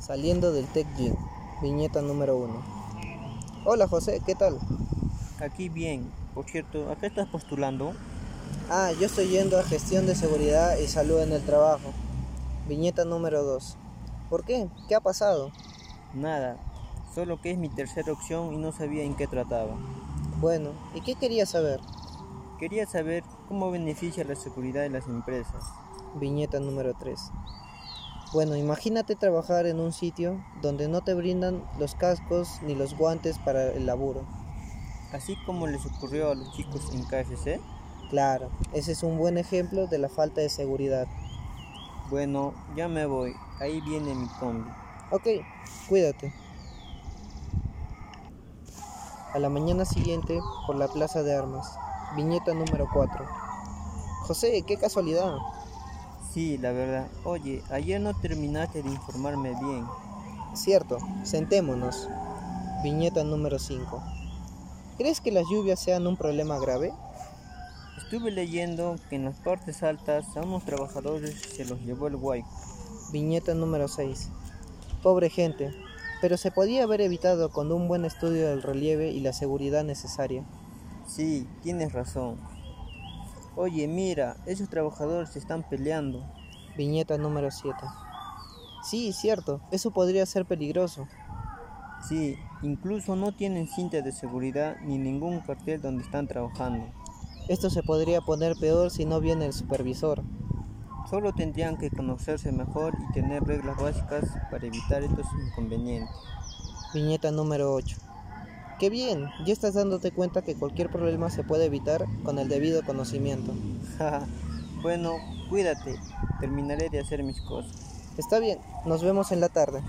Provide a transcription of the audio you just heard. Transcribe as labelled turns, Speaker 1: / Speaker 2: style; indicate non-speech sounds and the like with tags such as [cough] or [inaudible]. Speaker 1: Saliendo del Tech Gym, viñeta número 1. Hola José, ¿qué tal?
Speaker 2: Aquí bien. Por cierto, ¿a qué estás postulando?
Speaker 1: Ah, yo estoy yendo a gestión de seguridad y salud en el trabajo. Viñeta número 2. ¿Por qué? ¿Qué ha pasado?
Speaker 2: Nada. Solo que es mi tercera opción y no sabía en qué trataba.
Speaker 1: Bueno, ¿y qué quería saber?
Speaker 2: Quería saber cómo beneficia la seguridad de las empresas.
Speaker 1: Viñeta número 3. Bueno, imagínate trabajar en un sitio donde no te brindan los cascos ni los guantes para el laburo.
Speaker 2: Así como les ocurrió a los chicos en KFC.
Speaker 1: Claro, ese es un buen ejemplo de la falta de seguridad.
Speaker 2: Bueno, ya me voy. Ahí viene mi combi.
Speaker 1: Ok, cuídate. A la mañana siguiente, por la Plaza de Armas, viñeta número 4. José, qué casualidad.
Speaker 2: Sí, la verdad. Oye, ayer no terminaste de informarme bien.
Speaker 1: Cierto, sentémonos. Viñeta número 5. ¿Crees que las lluvias sean un problema grave?
Speaker 2: Estuve leyendo que en las partes altas a unos trabajadores se los llevó el guay.
Speaker 1: Viñeta número 6. Pobre gente, pero se podía haber evitado con un buen estudio del relieve y la seguridad necesaria.
Speaker 2: Sí, tienes razón. Oye, mira, esos trabajadores se están peleando.
Speaker 1: Viñeta número 7. Sí, cierto, eso podría ser peligroso.
Speaker 2: Sí, incluso no tienen cinta de seguridad ni ningún cartel donde están trabajando.
Speaker 1: Esto se podría poner peor si no viene el supervisor.
Speaker 2: Solo tendrían que conocerse mejor y tener reglas básicas para evitar estos inconvenientes. [laughs]
Speaker 1: Viñeta número 8. Qué bien, ya estás dándote cuenta que cualquier problema se puede evitar con el debido conocimiento.
Speaker 2: bueno, cuídate, terminaré de hacer mis cosas.
Speaker 1: Está bien, nos vemos en la tarde.